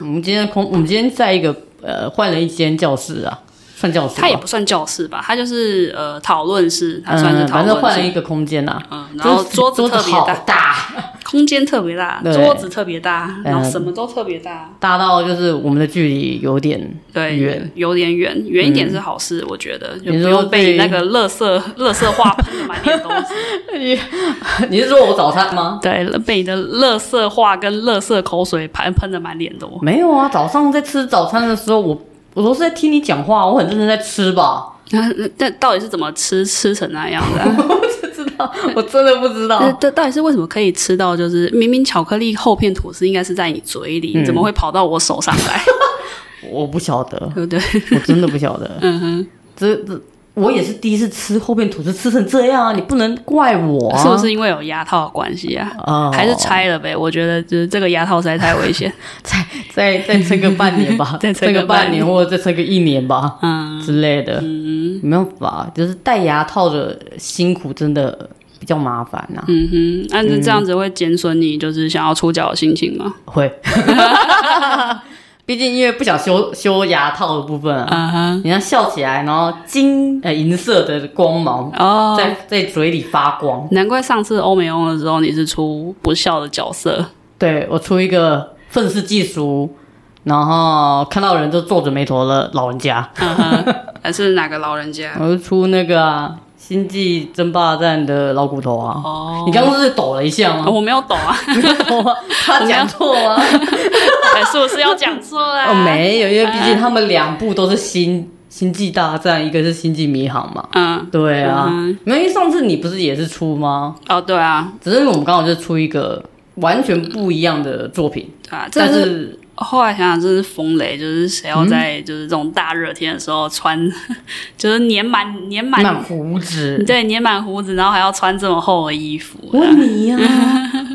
我们今天空，我们今天在一个呃换了一间教室啊，算教室吧，它也不算教室吧，它就是呃讨论室，它算是嗯，讨反正换了论一室。个空间呐、嗯，啊。然后就是桌子特别好大，大空间特别大，对桌子特别大，然后嗯什么都特别大， 大到就是我们的距离有点对，远，有点远，嗯远一点是好事，我觉得就不你说用被对那个垃圾 垃圾话喷的满脸都是。 你是说我早餐吗？ 对，被你的垃圾话跟垃圾口水喷喷的满脸都。 没有啊，早上在吃早餐的时候，我我都是在听你讲话，我很认真在吃吧。啊 那那到底是怎么吃吃成那样的、啊？我真的不知道那这到底是为什么可以吃到？就是明明巧克力厚片吐司应该是在你嘴里，嗯你怎么会跑到我手上来？我不晓得，对不对？ 我真的不晓得。嗯哼，这这我也是第一次吃后面吐司吃成这样啊，你不能怪我啊，是不？是因为有牙套的关系啊？哦还是拆了呗？我觉得就是这个牙套实在太危险。，再再撑个半年吧 再撑撑个个半半年年或者再撑个一年吧嗯，之类的。嗯，没办法，就是戴牙套的辛苦真的比较麻烦啊呐、嗯哼，那、这样子会减损你就是想要出脚的心情吗？会， 毕竟因为不想修修牙套的部分啊，啊哈，你要笑起来，然后金呃银色的光芒哦，在在嘴里发光。难怪上次欧美用的时候你是出不孝的角色，对我出一个愤世嫉俗，然后看到人就皱着眉头的老人家，嗯 哼，还是哪个老人家？我就出那个啊《星际争霸战》的老骨头啊。哦你刚刚是抖了一下啊吗？我没有懂啊， 抖吗他讲错吗？哎是不是要讲错啊啦？哦，没有，因为毕哎竟他们两部都是星《星际大战》，一个是《星际迷航》嘛。嗯，对啊，嗯没有，因为上次你不是也是出吗？哦，对啊，只是我们刚好就出一个完全不一样的作品，对啊，这但是是后来想想，这是风雷，就是谁要在嗯就是这种大热天的时候穿， 就是粘满粘满，满胡 子。对，粘满胡子，然后还要穿这么厚的衣服。啊问你呀、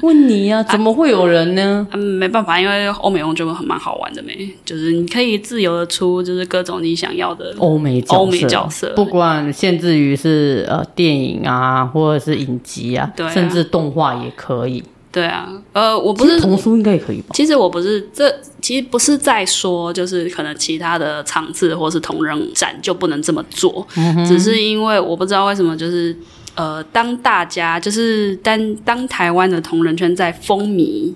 问你 呀、怎么会有人呢？嗯，没办法，因为欧美用就很蛮好玩的没，就是你可以自由的出，就是各种你想要的。欧美角色，欧美角色不管限制于是呃电影啊，或者是影集啊，对啊甚至动画也可以，对啊，呃，我不其是实童书应该也可以吧？其实我不是这，其实不是在说，就是可能其他的场次或是同人展就不能这么做，只是因为我不知道为什么，就是呃，当大家就是当当台湾的同人圈在风靡。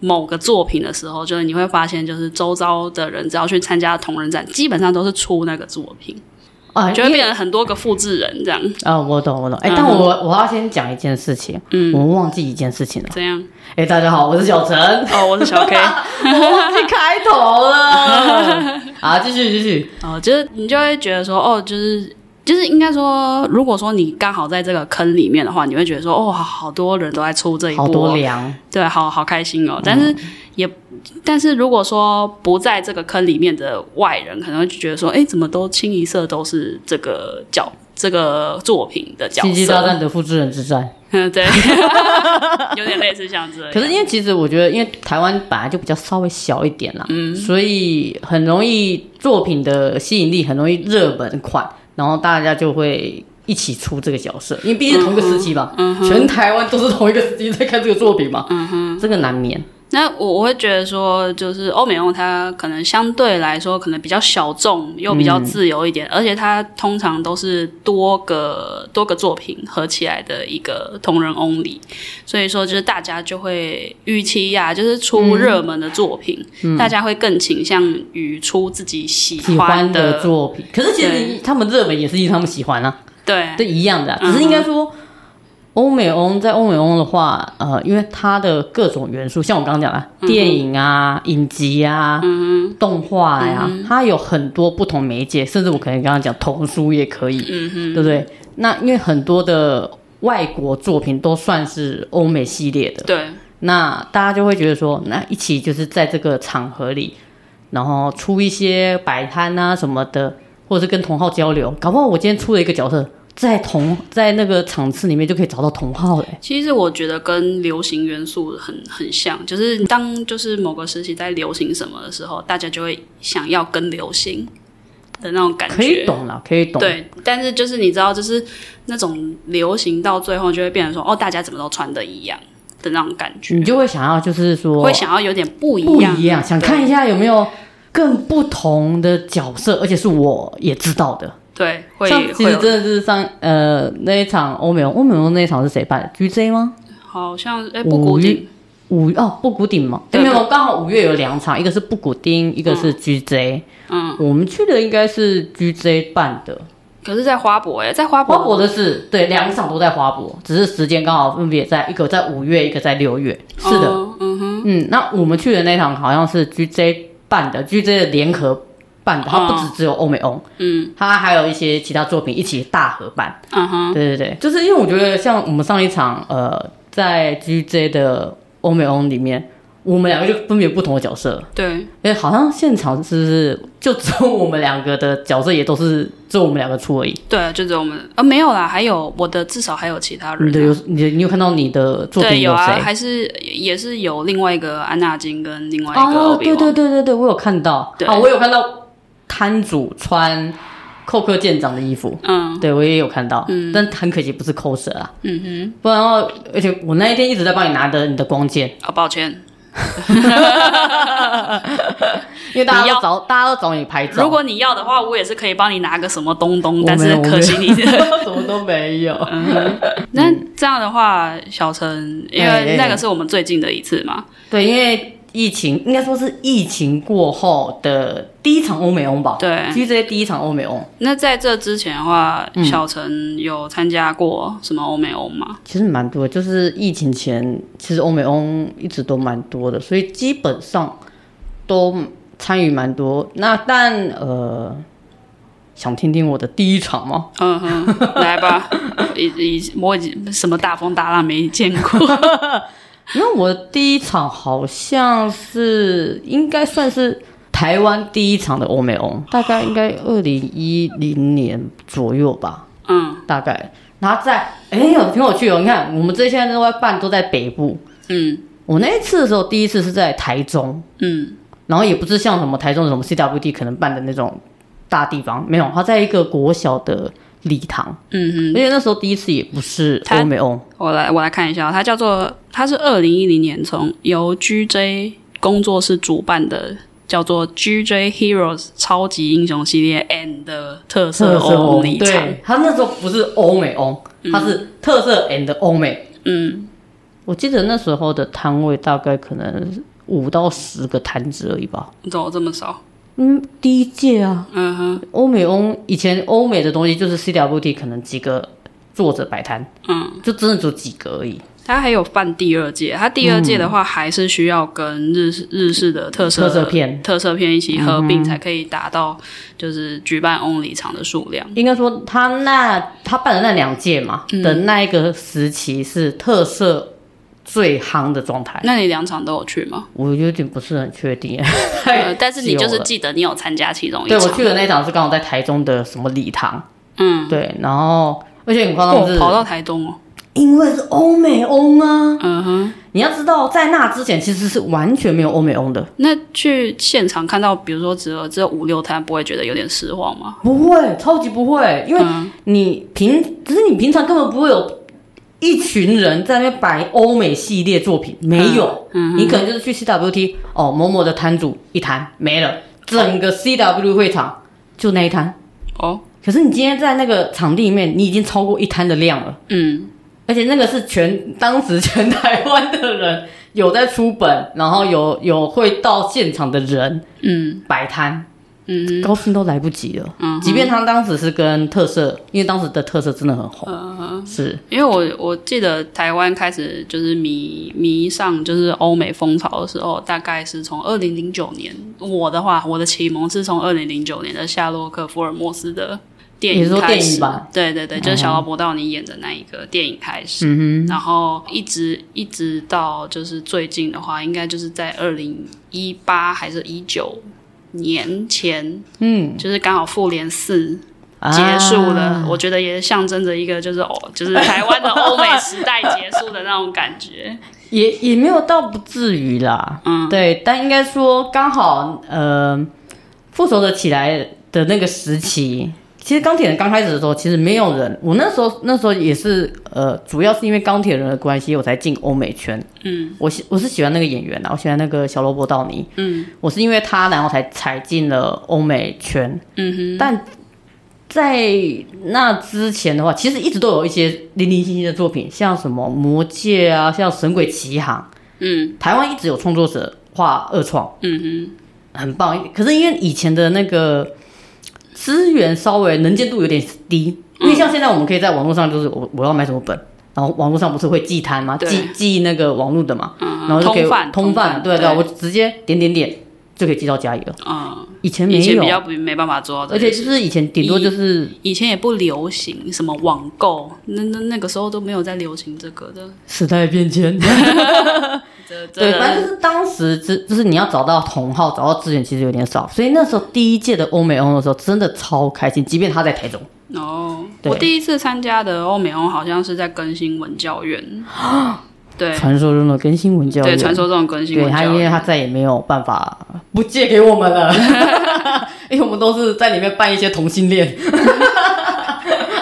某个作品的时候，就是你会发现，就是周遭的人只要去参加同人展，基本上都是出那个作品，啊，就会因为变成很多个复制人这样。啊，我懂我懂。哎、嗯但我我要先讲一件事情，嗯我们忘记一件事情了。这样哎、大家好，我是小 陈，哦，我是小 K。我忘记开头 了。啊，继续继续，哦，就是你就会觉得说，哦，就是就是应该说，如果说你刚好在这个坑里面的话，你会觉得说，哦，好好多人都在出这一步、好多嗯哦，粮。对，好好开心哦。但是也，但是如果说不在这个坑里面的外人，可能会觉得说，哎，怎么都清一色都是这个角这个作品的角星际大色？战的复制人之战。嗯， 对， 有点类似像这样。可是因为其实我觉得，因为台湾本来就比较稍微小一点啦，嗯，所以很容易作品的吸引力很容易热门款，然后大家就会。一起出这个角色，因为毕竟同一个时期吧，嗯全台湾都是同一个时期在看这个作品嘛，嗯这个难免。那我我会觉得说，就是欧美用它可能相对来说可能比较小众，又比嗯较自由一点，而且它通常都是多个多个作品合起来的一个同人 only，所以说就是大家就会预期呀、就是嗯出热门的作品，大家会更倾向于出自己喜喜欢欢的，的作品，可是其实他们热门也是因为他们喜欢啊，对对，一样的啊、只是应该说，欧美欧在欧美欧的话，呃，因为它的各种元素，像我刚刚讲的电影啊、影集啊、动画呀、它有很多不同媒介，甚至我可能刚刚讲童书也可以，嗯对不对？那因为很多的外国作品都算是欧美系列的，对，那大家就会觉得说，那一起就是在这个场合里。然后出一些摆摊啊什么的，或者是跟同好交流。搞不好我今天出了一个角色，在同在那个场次里面就可以找到同好了、欸。其实我觉得跟流行元素很很像，就是当就是某个时期在流行什么的时候，大家就会想要跟流行的那种感觉。可以懂了，可以懂。对，但是就是你知道，就是那种流行到最后就会变成说，哦，大家怎么都穿的一样的那种感觉，你就会想要就是说会想要有点不一嗯不样，一样，想看一下有没有更不同的角色，而且是我也知道的。对，会像会其实有，真的是上呃那一场欧美欧美欧那一场是谁办的？GJ 吗？好像哎不固定，五哦布谷顶嘛，对对，没有，刚好五月有两场，一个是布谷丁，一个是 GJ。嗯，我们去的应该是 GJ 办的，可是，在花博哎，在花博花博的是对，两场都在花博，只是时间刚好分别在一个在五月，一个在六月。是的，哦嗯哼，嗯，那我们去的那场好像是 GJ 办的，GJ 的联合办的，它不只只有欧美欧，嗯它还有一些其他作品一起大合办。嗯哼，对对对，就是因为我觉得像我们上一场呃，在 GJ 的欧美欧里面，我们两个就分别不同的角色，对，哎，好像现场是不是就只有我们两个的角色也都是只有我们两个出而已？对，就只有我们啊，没有啦，还有我的，至少还有其他人你的啊、有你的你有看到你的作对，品有谁？啊，还是也是有另外一个安纳金跟另外一个哦，欧比对旺对对对对，我有看到对啊，我有看到摊主穿寇克舰长的衣服，嗯对我也有看到，嗯，但很可惜不是寇蛇啊，嗯不然的话，而且我那一天一直在帮你拿着你的光剑，哼，啊、抱歉，因为大你家要都找大家都找你拍照，如果你要的话，我也是可以帮你拿个什么东东，我但没是有可惜你。 嗯什么都没有，那这样的话，小陈，因哎为哎那个是我们最近的一次嘛，对，因为疫情应该说是疫情过后的第一场欧美翁吧，对其实这第一场欧美翁那在这之前的话，嗯小陈有参加过什么欧美欧吗？其实蛮多的，就是疫情前，其实欧美欧一直都蛮多的，所以基本上都参与蛮多。那但呃，想听听我的第一场吗？嗯哼，来 吧，已已我已经什么大风大浪没见过，因为我的第一场好像是应该算是台湾第一场的欧美欧，大概应该二零一零年左右吧，嗯大概。然后在哎，有挺有趣哦！你看，我们这些都在办，都在北部。嗯我那一次的时候，第一次是在台中。嗯然后也不是像什么台中什么 CWD 可能办的那种大地方，没有，它在一个国小的礼堂，嗯而且那时候第一次也不是它欧美欧，哼，我来我来看一下哦，它叫做它是二零一零年从由 GJ 工作室主办的。叫做 GJ Heroes 超级英雄系列 and 的特色欧尼场，对，它那时候不是欧美欧，它是特色 and 欧美。嗯，我记得那时候的摊位大概可能五到十个摊子而已吧。怎么这么少？嗯，第一届啊，嗯哼，欧美欧以前欧美的东西就是 CWD 可能几个作者摆摊，嗯，就真的只有几个而已。它还有办第二届，它第二届的话还是需要跟日式日式的特色特色片特色片一起合并，才可以达到就是举办 Only 场的数量。应该说他那他办的那两届嘛、的那一个时期是特色最夯的状态，那你两场都有去吗？我有点不是很确定。呃，但是你久就是了记得你有参加其中一对场。我去的那一场是刚好在台中的什么礼堂，嗯，对，然后而且很夸张哦的是，跑到台东哦。因为是欧美翁啊，嗯哼，你要知道在那之前其实是完全没有欧美翁的，那去现场看到，比如说只有只有五六摊，不会觉得有点失望吗？不会，超级不会，因为嗯你平只是你平常根本不会有一群人在那边摆欧美系列作品，没有，嗯你可能就是去 CWT 哦某某的摊主一摊没了，整个 CW 会场就那一摊。哦，可是你今天在那个场地里面，你已经超过一摊的量了，嗯而且那个是全当时全台湾的人有在出本，然后有有会到现场的人嗯摆摊，嗯高兴都来不及了。嗯即便他当时是跟特色，因为当时的特色真的很红，呃，是因为我我记得台湾开始就是迷迷上就是欧美风潮的时候，大概是从二零零九年。我的话，我的启蒙是从二零零九年的夏洛克·福尔摩斯的电你影是说开电始影嗯版对对对，就是小劳勃道尼演的那一个电影开始。嗯、然后一直一直到就是最近的话，应该就是在二零一八还是一九年前，嗯，就是刚好复联四啊结束的，我觉得也象征着一个就是哦，就是台湾的欧美时代结束的那种感觉。也也没有到不至于啦，嗯对，但应该说刚好，呃，复仇者起来的那个时期，其实钢铁人刚开始的时候，其实没有人，我那时候那时候也是，呃，主要是因为钢铁人的关系，我才进欧美圈。嗯我喜我是喜欢那个演员啦，啊我喜欢那个小罗伯道尼，嗯我是因为他然后才才进了欧美圈，嗯哼，但在那之前的话，其实一直都有一些零零星星的作品，像什么《魔戒》啊，像《神鬼奇航》。嗯台湾一直有创作者画二创，嗯哼，很棒。可是因为以前的那个资源稍微能见度有点低，因为像现在我们可以在网络上，就是我我要买什么本，然后网络上不是会寄摊吗？对寄寄那个网络的嘛，嗯然后就可以通贩通贩，通贩对对，对我直接点点点就可以寄到家里了。嗯，以前没以前比有，较不没办法做到而这且个，就是以前顶多就是以前也不流行什么网购，那那那个时候都没有在流行这个的。时代变迁，这这对，反正就是当时只就是你要找到同号，找到资源其实有点少，所以那时候第一届的欧美欧的时候真的超开心，即便他在台中。哦，对我第一次参加的欧美红好像是在更新文教院，对啊传说中的更新文教对，育，传说中的更新对文他，教因为院，他再也没有办法不借给我们了， 因为我们都是在里面办一些同性 恋，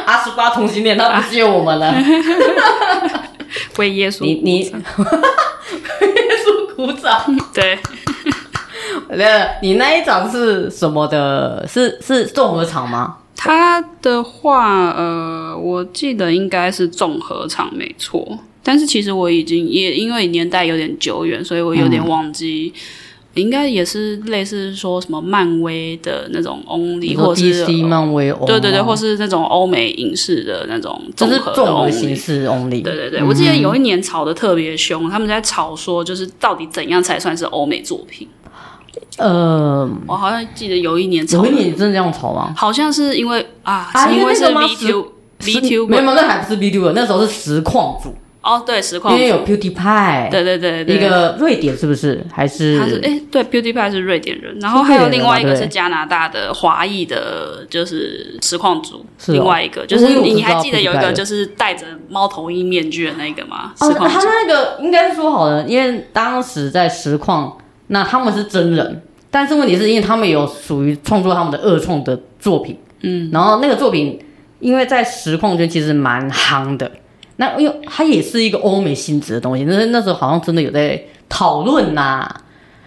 阿十八同性恋，他不借我 们了。为耶稣你 你，鼓掌。对呃，你那一场是什么的？是是综合场吗？他的话，呃，我记得应该是综合场没错，但是其实我已经也因为年代有点久远，所以我有点忘记。应该也是类似说什么漫威的那种 only，你或说是呃 DC 漫威欧吗，哦对对对，或是那种欧美影视的那种就综是合的综合 only 形式 only。对对对，我记得有一年吵得特别凶，他们在吵说，就是到底怎样才算是欧美作品？呃，我好像记得有一年吵有得，一年真的这样吵吗？好像是因为啊，啊是因为为那是个吗 V two V 是 two 没有，没有那还不是 VTuber，那时候是实况组，哦，对实况因，为有 Beauty Pie，对对对对，一个瑞典是不是？还是他是哎对，Beauty Pie 是瑞典人，然后还有另外一个是瑞典人吧对是加拿大的华裔的，就是实况组，是哦另外一个就我以是为我你知你还道记得有一 Beauty Pie 个了就是戴着猫头鹰面具的那个吗？哦，实况他组那个应该是说好了，因为当时在实况，那他们是真人，但是问题是因为他们有属于创作他们的二创的作品，嗯，然后那个作品因为在实况圈其实蛮夯的，那因为它也是一个欧美性质的东西，但是那时候好像真的有在讨论呐、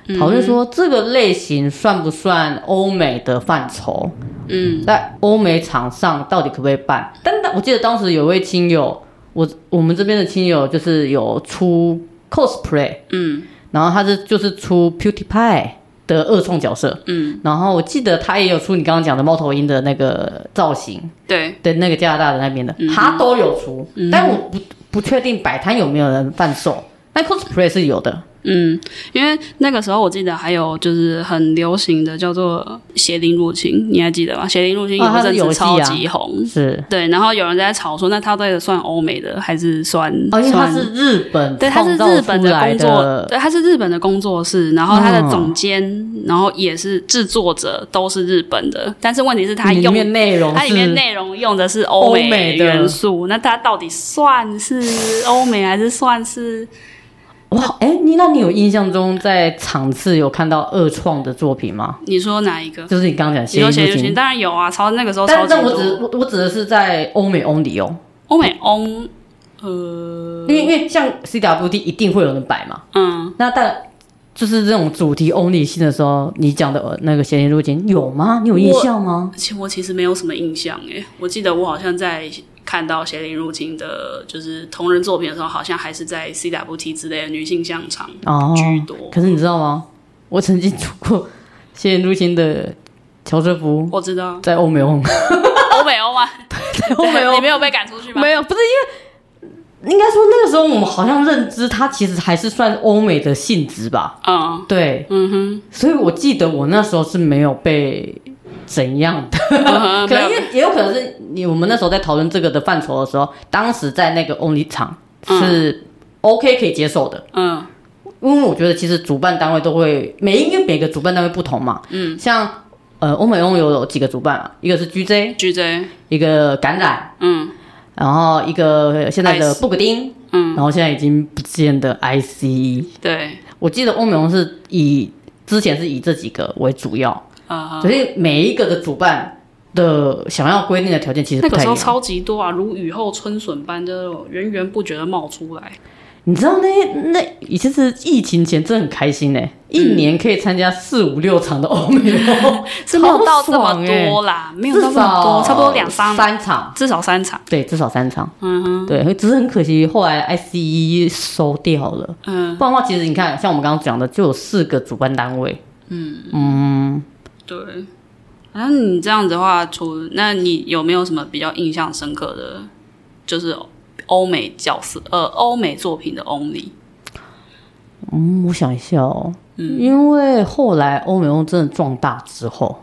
嗯讨论说这个类型算不算欧美的范畴？嗯，在欧美场上到底可不可以办？但但我记得当时有位亲友，我我们这边的亲友就是有出 cosplay，嗯然后他是就是出 PewDiePie 的二创角色，嗯，然后我记得他也有出你刚刚讲的猫头鹰的那个造型，对，对，那个加拿大的那边的，嗯他都有出，但我不不确定摆摊有没有人贩售，但 cosplay 是有的，嗯，因为那个时候我记得还有就是很流行的叫做邪灵入侵，你还记得吗？邪灵入侵啊有一阵它是游子戏啊超级红，是，对，然后有人在吵说，那它到底算欧美的还是算？哦，因为他算是日本对，它是创造日本出来工作，对，它是日本的工作室，然后它的嗯总监，然后也是制作者都是日本的，但是问题是它里用面内容它里是面内容用的是欧欧美美的元素，那它到底算是欧美还是算是？哇，哎、你那你有印象中在场次有看到二创的作品吗？你说哪一个？就是你刚刚讲《你说邪邪淫入行侵》，当然有啊，超那个时候超但级但我只多。我我指的是在欧美 only 哦，欧美欧，呃，因为因为像 CWD 一定会有人摆嘛，嗯，那但就是这种主题 only 性的时候，你讲的呃那个《邪淫入侵》有吗？你有印象吗？其我其实没有什么印象诶，我记得我好像在看到《邪灵入侵》的，就是同人作品的时候，好像还是在 CWT 之类的女性向场哦，居多。可是你知道吗？我曾经出过《邪淫入侵》的乔瑟夫我知道在欧美 only，欧美欧吗？在欧美 only 你没有被赶出去吗？没有，不是因为应该说那个时候我们好像认知它其实还是算欧美的性质吧。嗯对，嗯哼，所以我记得我那时候是没有被怎样的，嗯哼 可没有能因为啊也有可能是你我们那时候在讨论这个的范畴嗯的时候，当时在那个 Only 场是 OK 可以接受的，嗯因为我觉得其实主办单位都会每一个每个主办单位不同嘛，嗯，像呃欧美欧有有几个主办嘛，一个是 GJ， GJ，一个感染，嗯，然后一个现在的 ICE 布格丁，嗯，然后现在已经不见的 ICE，对，我记得欧美欧是以之前是以这几个为主要，啊、所以每一个的主办的想要规定的条件其实那不个太一时候样。超级多啊，如雨后春笋般，就源源不绝的冒出来。你知道那那其实疫情前真的很开心呢、嗯一年可以参加四五六场的欧美欧， 是没有到这超么爽欸多啦，没有至到这么少多，差不多两三，三场，至少三场。对，至少三场。嗯哼，对，只是很可惜，后来 ICE 收掉了。嗯，不然的话，其实你看，像我们刚刚讲的，就有四个主办单位。对。反正你这样子的话，除那你有没有什么比较印象深刻的，就是欧美角色，呃，欧美作品的 Only？嗯，我想一下哦，因为后来欧美欧真的壮大之后，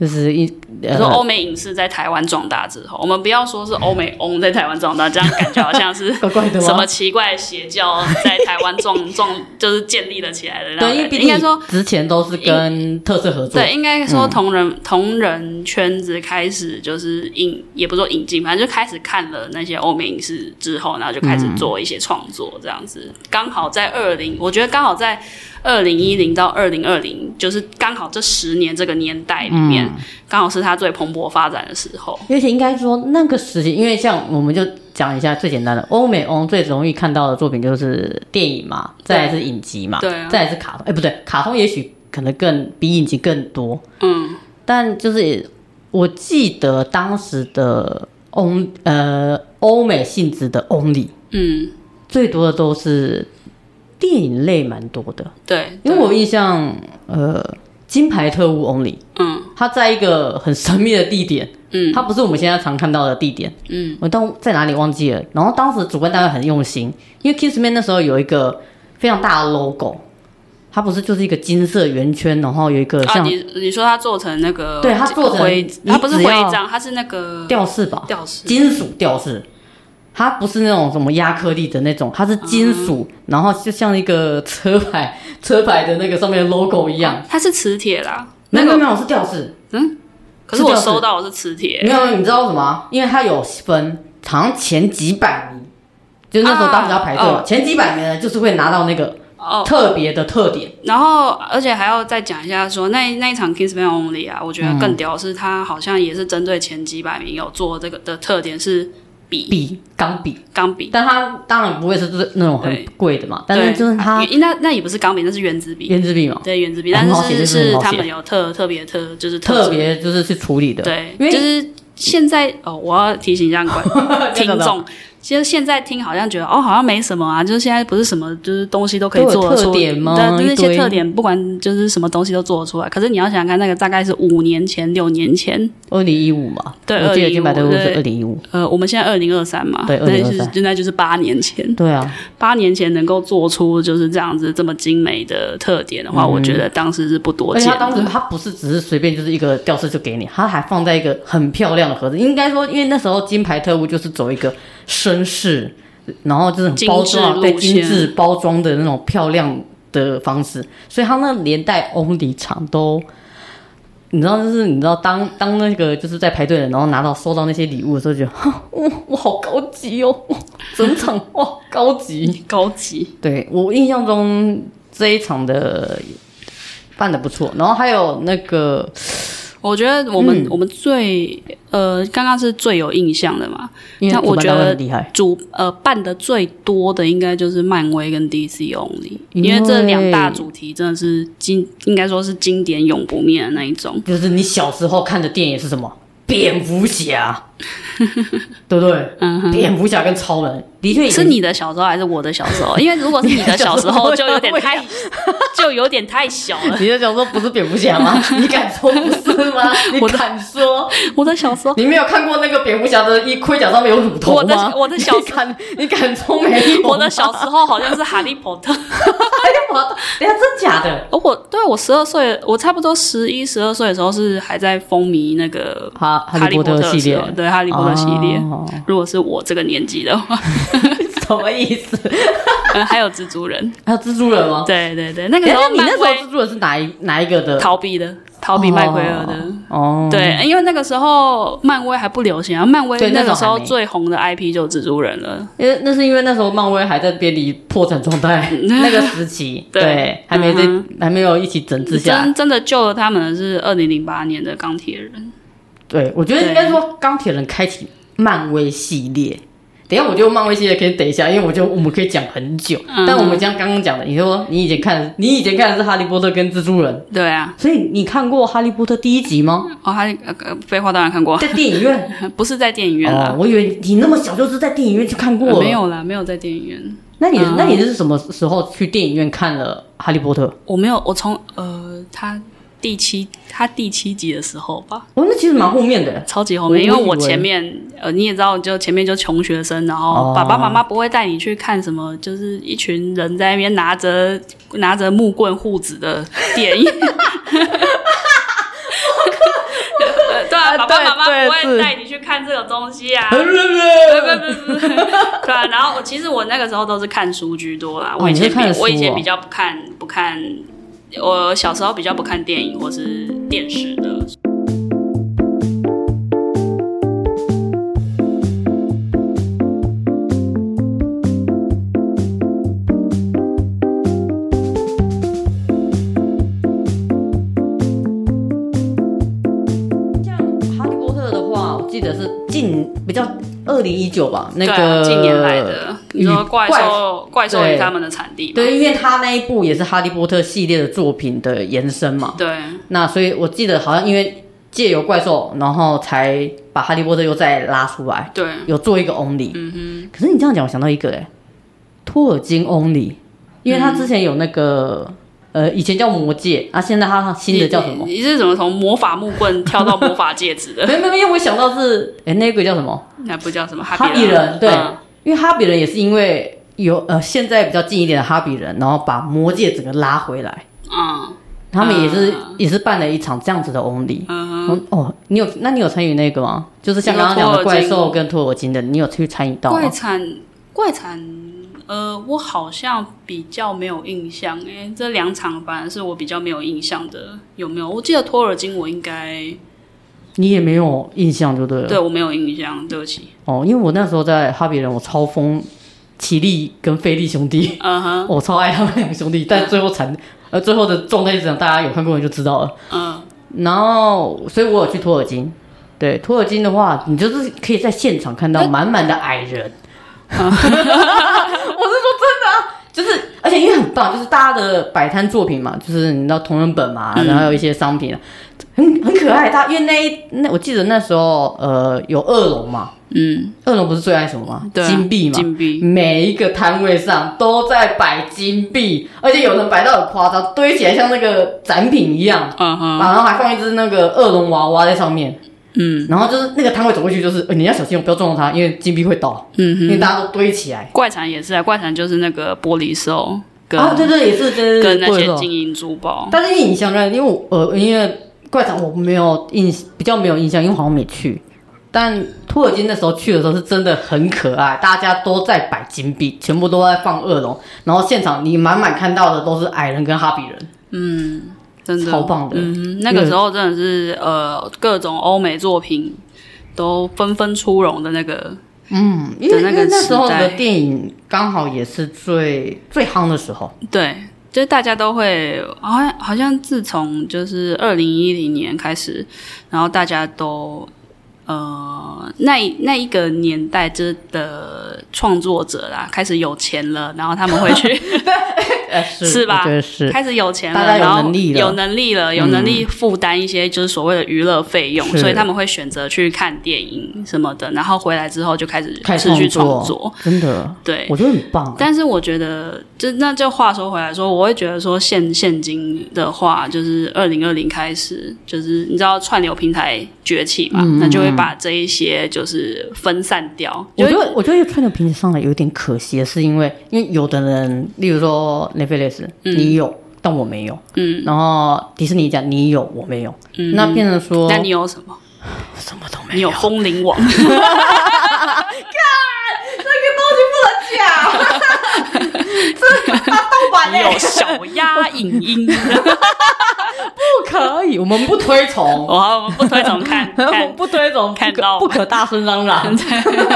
就是一呃比如说欧美影视在台湾壮大之后，我们不要说是欧美 On 在台湾壮大，这样感觉好像是 怪怪的吗什么奇怪的邪教在台湾壮壮，就是建立了起来的那种感对，觉。因为毕应该竟说之前都是跟特色合作，对，应该嗯说同人、同人圈子开始就是引，也不是说引进，反正就开始看了那些欧美影视之后，然后就开始做一些创作，这样子。刚、好在二零，我觉得刚好在二零一零到二零二零，就是刚好这十年这个年代里面，嗯刚、好是他最蓬勃发展的时候。而且应该说那个时期，因为像我们就讲一下最简单的，欧美欧最容易看到的作品就是电影嘛，再来是影集嘛，对啊再来是卡通，哎、不对，卡通也许可能更比影集更多，嗯，但就是我记得当时的欧呃欧美性质的 only 嗯，最多的都是电影类蛮多的，对，因为我印象呃金牌特务 only。嗯它在一个很神秘的地点，嗯它不是我们现在常看到的地点，嗯，我当在哪里忘记了。然后当时主办单位很用心，因为 Kissman 那时候有一个非常大的 logo，它不是就是一个金色圆圈，然后有一个啊，呃像你你说他做成那个，对他做成徽，你他不是只徽要章，他是那个吊饰吧，吊饰，金属吊饰。它不是那种什么亚克力的那种，它是金属，然后就像一个车牌车牌的那个上面的 logo 一样。它是磁铁啦。没那有个没有，是吊饰。可是我是吊饰收到嗯的是磁铁，没有，你知道为什么啊？因为它有分，好像前几百名，就是那时候当时要排队嘛，啊哦前几百名呢，就是会拿到那个哦特别的特点。然后，而且还要再讲一下说，那那一场 Kingsman Only 啊，我觉得更嗯屌的是，他好像也是针对前几百名有做这个的特点是笔笔钢笔，钢笔，但它当然不会是就是那种很对贵的嘛，但是就是它对那那也不是钢笔，那是原子笔，胭脂笔嘛，对原子笔，哦但很好写是这是是很好他写们有特特别特就是特特殊别就是去处理的。对，因为就是现在哦，我要提醒一下 观听众，其实现在听好像觉得哦，好像没什么啊，就是现在不是什么就是东西都可以都有做得特出点吗对，就是那一堆些特点，不管就是什么东西都做得出来。可是你要想想看，那个大概是五年前、六年前，二零一五嘛，对我记得2015金牌特务是二对零一五。呃，我们现在二零二三嘛，对那就是2023现在就是八年前，对啊，八年前能够做出就是这样子这么精美的特点的话，我觉得当时是不多嗯而且见它当时的。它不是只是随便就是一个吊饰就给你，它还放在一个很漂亮的盒子。应该说，因为那时候金牌特务就是走一个绅士，然后就是很包精致装啊路对精线致包装的那种漂亮的方式，所以它那连带欧里厂都。你知道，就是你知道，当当那个就是在排队的人，然后拿到收到那些礼物的时候，就觉 得，哈我我好高级哦， 哇整场哇高级。高级，对我印象中这一场的办的不错，然后还有那个我觉得我嗯们、我们最呃，刚刚是最有印象的嘛。因为那主我办觉单位得很厉害，主呃办的最多的应该就是漫威跟 DC Only，因为因为这两大主题真的是经应该说是经典永不灭的那一种。就是你小时候看的电影是什么？蝙 蝠侠，对不对？嗯哼，蝙蝠侠跟超人的确也是你的小时候还是我的小时候？因为如果是你的小时 你啊候，的小就时候有点太 就有点太小 了。你的小时候不是蝙蝠 侠吗？你敢说不是吗？你敢说？我的小时候，你没有看过那个蝙蝠侠的一盔甲上面有乳头我的吗？我的小你敢你敢说没有吗？ 我的小时候好像是哈利波特。哎呀，我的等一下真假的？我对啊我十二岁，我差不多十一、十二岁的时候是还在风靡那个哈哈利波特的时候系列对哈利波特系列。哦如果是我这个年纪的话，什么意思？呃还有蜘蛛人，还有蜘蛛人吗？ 对对 对，那个哎时候那你那漫时候威蜘蛛人是哪一哪一个的？逃避的，逃避麦奎尔的。哦，对，因为那个时候漫威还不流行啊，漫威对那那时个时候候还没最红的 IP 就是蜘蛛人了。因为那是因为那时候漫威还在濒临破产状 态那个时期，对对，还没在嗯还没有一起整治下来真。真的救了他们的是二零零八年的钢铁人，对，我觉得对应该说钢铁人开启漫威系列。等一下，我觉得漫威系列可以等一下，因为我觉得我们可以讲很久。嗯但我们像刚刚讲的，你说你以前看，你以前看的是《哈利波特》跟蜘蛛人，对啊，所以你看过《哈利波特》第一集吗？哦，他呃呃废话当然看过， 在电影院？不是在电影院哦啦，，我以为你那么小就是在电影院去看哦过呃了。没。有啦，没有在电影院，那你、嗯那你是什么时候去电影院看了《哈利波特》？我没有，我从呃他第七他第七集的时候吧，哦，那其实蛮后面的。超级后面，我因为我以我为前面呃你也知道，就前面就穷学生，然后哦爸爸妈妈不会带你去看什么，就是一群人在那边拿着拿着木棍护子的电影。 呃对啊，爸啊爸妈妈对不对会是带你去看这个东西啊。不是不是不是不是，对啊。然后我其实我那个时候都是看书居多啦，哦我以前你是比、看书哦我以前比较不看不看，我小时候比较不看电影或是电视的。像《哈利波特》的话，我记得是近比较二零一九吧，那对啊个、近年来的，你说与怪兽怪兽与对他们的产地嘛，对，因为他那一部也是《哈利波特》系列的作品的延伸嘛，对那所以我记得好像因为借由怪兽，然后才把《哈利波特》又再拉出来，对，有做一个 Only。嗯可是你这样讲，我想到一个哎、托尔金 Only，因为他之前有那个、呃，以前叫魔戒啊，现在他哼，新的叫什么？你？你你是怎么从魔法木棍跳到魔法戒指的？ 没没没，因为我想到是哎、那个叫什么？那不叫什么哈比人，对，嗯因为哈比人也是因为有呃现在比较近一点的哈比人，然后把魔戒整个拉回来，嗯他们也是、啊也是办了一场这样子的 only。嗯嗯哦，你有那你有参与那个吗？就是像刚刚讲的怪兽跟托尔金的，你有去参与哼，到怪吗？产怪产。呃，我好像比较没有印象诶、这两场反而是我比较没有印象的，有没有？我记得托尔金，我应该你也没有印象就对了。对我没有印象，对不起。哦，因为我那时候在哈比人，我超疯奇力跟菲利兄弟， 嗯哼，我超爱他们两个兄弟，但最后惨呃最后的状态是怎样，大家有看过人就知道了。嗯，然后，所以我有去托尔金。对，托尔金的话，你就是可以在现场看到满满的矮人。 我是说真的啊，就是而且因为很棒，就是大家的摆摊作品嘛，就是你知道同人本嘛，嗯然后有一些商品啊，很很可爱。它因为那一那我记得那时候呃有二楼嘛，嗯，二楼不是最爱什么吗？对啊金币嘛，金币每一个摊位上都在摆金币，而且有人摆到很夸张，堆起来像那个展品一样。嗯哼，然后还放一只那个恶龙娃娃在上面，嗯然后就是那个摊位走过去，就是、呃你要小心，不要撞到它，因为金币会倒，嗯因为哼。大家都堆起来。怪产也是啊，怪产就是那个玻璃兽跟、啊，对对，也是跟跟那些金。金银珠宝。但是因为你想想看，因为我呃，因为怪场我没有印，比较没有印象，因为好像没去。但土耳其那时候去的时候是真的很可爱，大家都在摆金币，全部都在放恶龙，然后现场你满满看到的都是矮人跟哈比人。嗯，真的超棒的嗯，那个时候真的是呃，各种欧美作品都纷纷出笼的那个。嗯，因的为那那个那时候时代的电影刚好也是最最夯的时候。对，就是大家都会，好像好像自从就是二零一零年开始，然后大家都。呃，那一那一个年代之的创作者啦，开始有钱了，然后他们会去呃，是 是吧我觉得是。开始有钱了，大家有然后能力了嗯有能力了，有能力负担一些就是所谓的娱乐费用，是所以他们会选择去看电影什么的，然后回来之后就开始开始持续创创作作。真的，对，我觉得很棒。但是我觉得，就那就话说回来说，我会觉得说现现今的话，就是二零二零开始，就是你知道串流平台崛起嘛，嗯那就会把这一些就是分散掉。我就觉得，我觉得川流平台上来有点可惜，是因为因为有的人，例如说 Netflix，、你有，但我没有。嗯，然后迪士尼讲你有，我没有，嗯那变成说那你有什么？什么都你 没有，有风铃网。这个东西不能讲。啊盗版 你欸有小鸭影音，不可以，我们不推崇，哇哦我们不推崇 看 我看们不推崇，看不可到不可大声嚷嚷。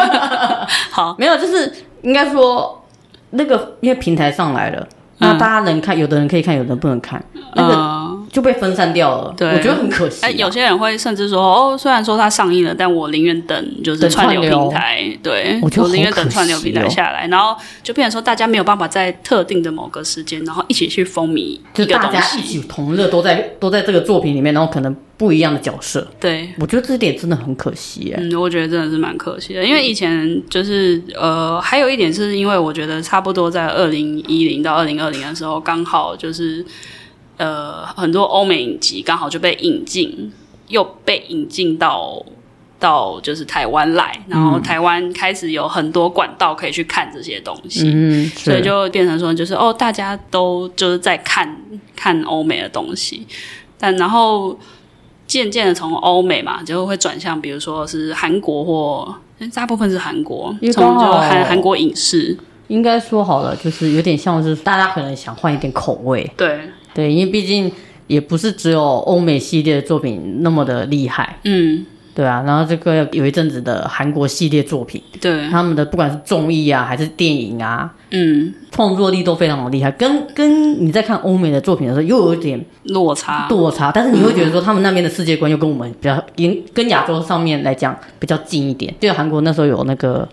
好， 没有，就是应该说那个，因为平台上来了，那大家能看，有的人可以看，有的人不能看，那个嗯，就被分散掉了。对我觉得很可惜啊。哎，有些人会甚至说，哦，虽然说它上映了，但我宁愿等就是等串流串流平台，对，我觉得好宁愿等串流可惜平台哦下来，然后就变成说大家没有办法在特定的某个时间，然后一起去风靡就一个大东家一西，起同乐，都在都在这个作品里面，然后可能不一样的角色，对，我觉得这点真的很可惜耶。嗯，我觉得真的是蛮可惜的，因为以前就是呃，还有一点是因为我觉得差不多在二零一零到二零二零的时候，刚好就是呃，很多欧美影集刚好就被引进，又被引进到到就是台湾来，然后台湾开始有很多管道可以去看这些东西，嗯，所以是就变成说，就是哦，大家都就是在看看欧美的东西，但然后渐渐的从欧美嘛，就会转向，比如说是韩国或大部分是韩国因，为从刚就好韩韩国影视，应该说好了，就是有点像是大家可能想换一点口味，对，对，因为毕竟也不是只有欧美系列的作品那么的厉害，嗯，对啊。然后这个有一阵子的韩国系列作品，对，他们的不管是综艺啊还是电影啊，嗯，创作力都非常的厉害，跟跟你在看欧美的作品的时候又有一点落差，落差，啊但是你会觉得说他们那边的世界观又跟我们比较，跟跟亚洲上面来讲比较近一点。就韩国那时候有那个《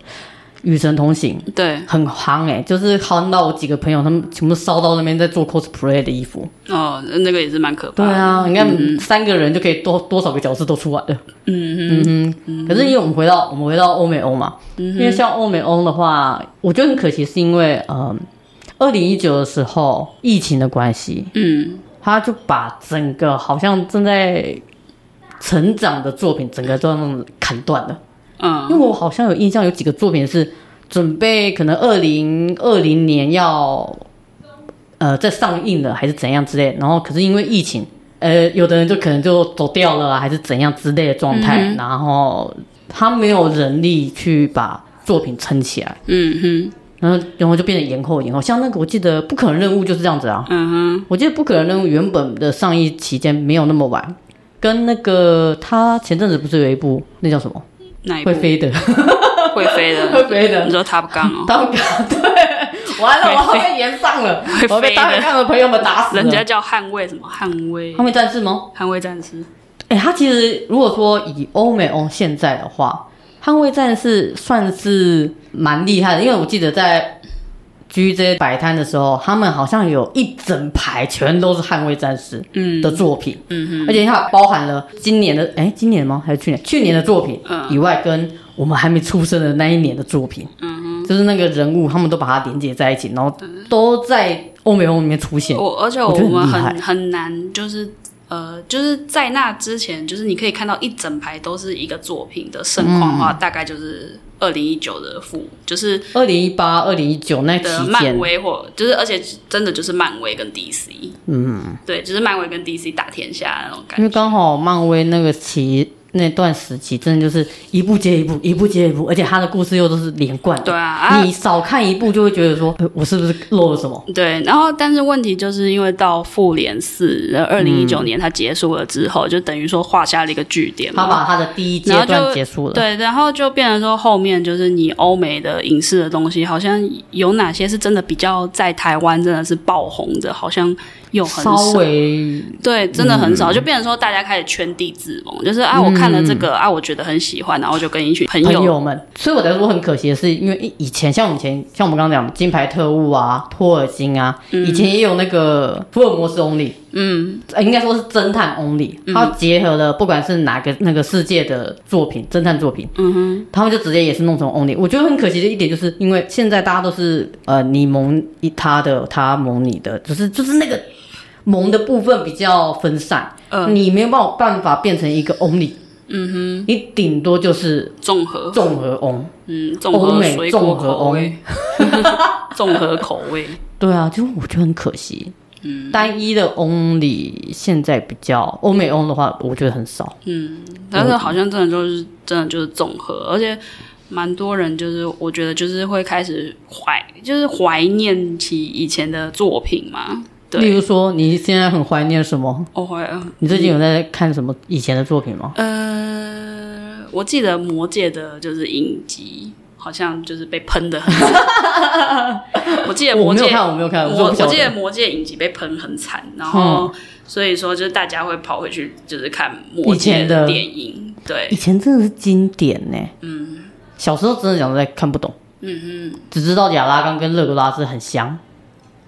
与神同行》。对，很夯哎、就是夯到我几个朋友，他们全部烧到那边在做 cosplay 的衣服。哦，那个也是蛮可怕对的，啊，你看三个人就可以多多少个角色都出来了。嗯嗯，嗯哼，可是因为我们回到我们回到欧美欧嘛，因为像欧美欧的话，我觉得很可惜，是因为嗯，二零一九的时候疫情的关系，嗯，他就把整个好像正在成长的作品，整个都弄砍断了。嗯，因为我好像有印象，有几个作品是准备可能二零二零年要呃在上映了，还是怎样之类。然后可是因为疫情，呃，有的人就可能就走掉了啊，还是怎样之类的状态。然后他没有人力去把作品撑起来，嗯哼，然后然后就变成延后延后。像那个我记得《不可能任务》就是这样子啊，嗯哼，我记得《不可能任务》原本的上映期间没有那么晚，跟那个他前阵子不是有一部那叫什么那一部会飞的，会飞的，会飞的你说 Top Gun 哦， 当港对，完了，会飞我好被延上了会飞，的我被当港的朋友们打死了。人家叫捍卫什么捍卫后面战士吗？捍卫战士，哎、他其实如果说以欧美欧现在的话，捍卫战士算是蛮厉害的，因为我记得在 GJ 摆摊的时候，他们好像有一整排全都是捍卫战士嗯的作品。嗯哼。而且它包含了今年的，哎、今年吗？还是去年？去年的作品嗯以外，跟我们还没出生的那一年的作品，嗯就是那个人物，他们都把它连接在一起，然后都在欧美欧里面出现。我而且我我觉得很们厉害很很难，就是呃，就是在那之前，就是你可以看到一整排都是一个作品的盛况的话，嗯大概就是二零一九的复，就是二零一八、二零一九那的期漫间，威或就是，而且真的就是漫威跟 DC，嗯，对，就是漫威跟 DC 打天下那种感因为觉，刚好漫威那个期那段时期，真的就是一部接一部，一部接一部，而且它的故事又都是连贯的。对啊啊你少看一部就会觉得说，呃我是不是漏了什么？对，然后但是问题就是因为到复联四，二零一嗯九年它结束了之后，就等于说画下了一个句点嘛。他把他的第一阶然后就段结束了。对，然后就变成说后面就是你欧美的影视的东西，好像有哪些是真的比较在台湾真的是爆红的，好像又很稍少。微嗯对，真的很少，就变成说大家开始圈地自萌，就是啊，我看了这个、啊，我觉得很喜欢，然后就跟一群朋朋友，友们，所以我才说很可惜的是，因为以以前像我们以前像我们刚刚讲《金牌特务》啊，《托尔金》啊，以前也有那个《福尔摩斯 Only》，嗯呃应该说是侦探 Only，它结合了不管是哪个那个世界的作品，侦探作品，嗯哼，他们就直接也是弄成 Only。我觉得很可惜的一点就是，因为现在大家都是呃你蒙他的，他蒙你的，只、是就是那个蒙的部分比较分散，呃，你没有办法办法变成一个 Only，嗯你顶多就是哼，综合，综合 On。嗯，综欧合美水果综合口欧味， 综合口味，对啊，就我觉得很可惜。嗯，单一的 only 现在比较欧美 on 的话，我觉得很少。但是好像真的就是真的就是综合，而且蛮多人就是我觉得就是会开始怀，就是怀念起以前的作品嘛。例对，如说，你现在很怀念什么？我怀你最近有在看什么以前的作品吗？呃，我记得《魔界》的就是影集，好像就是被喷的很惨。 我记得《我魔没戒有》看，我没有看，我说不晓记得《得。嗯魔界》影集被喷很惨，然后所以说就是大家会跑回去就是看《魔以界前》的电影，对以，前真的是经典呢、嗯，小时候真的讲实在看不懂，嗯嗯，只知道亚拉冈跟勒格拉斯很香。